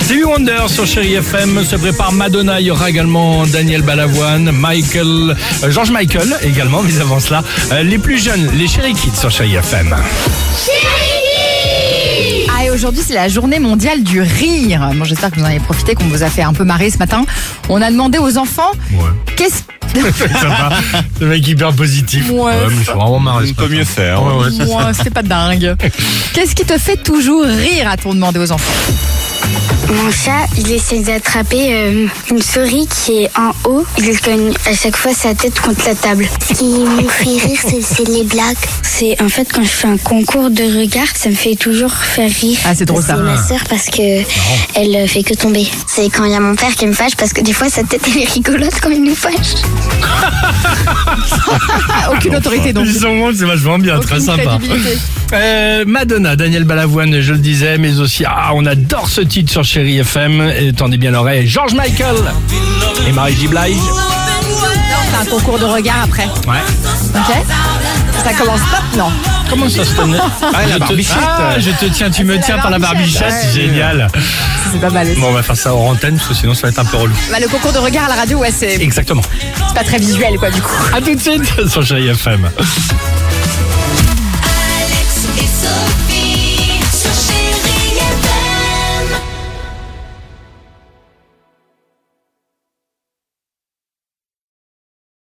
Stevie Wonder sur Chéri FM se prépare Madonna. Il y aura également Daniel Balavoine, Michael, euh, George Michael également, mais avant cela, euh, les plus jeunes, les Chéri Kids sur Chéri FM. Ah, et aujourd'hui, c'est la journée mondiale du rire. Bon, j'espère que vous en avez profité, qu'on vous a fait un peu marrer ce matin. On a demandé aux enfants Ouais. qu'est-ce Le mec hyper positif. Ouais. mais je suis vraiment marré. On peut mieux faire. Ouah, c'était pas dingue. Qu'est-ce qui te fait toujours rire, a-t-on demandé aux enfants Mon chat, il essaie d'attraper euh, une souris qui est en haut. Il cogne à chaque fois sa tête contre la table. Ce qui me fait rire, c'est les blagues. C'est en fait quand je fais un concours de regard, ça me fait toujours faire rire. Ah, c'est drôle, ça. C'est ma sœur parce que elle euh, fait que tomber. C'est quand il y a mon père qui me fâche parce que des fois sa tête elle est rigolote quand il nous fâche. Ah, Aucune autorité, donc. c'est vachement bien, Aucune très sympa. crédibilité. Euh, Madonna, Daniel Balavoine, je le disais, mais aussi, ah, on adore ce titre sur Chéri FM. Et Tendez bien l'oreille, George Michael et Marie-J. Blige. C'est un concours de regard après. Ouais. Ok Ça commence maintenant. Comment ça se tenait Ah, la barbichette Ah, je te tiens, tu me la tiens par la barbichette. barbichette, génial C'est pas mal. Bon, on va faire ça hors antenne, parce que sinon ça va être un peu relou. Bah, le concours de regard à la radio, ouais, c'est Exactement. c'est pas très visuel, quoi, du coup. À tout de suite sur Chéri FM.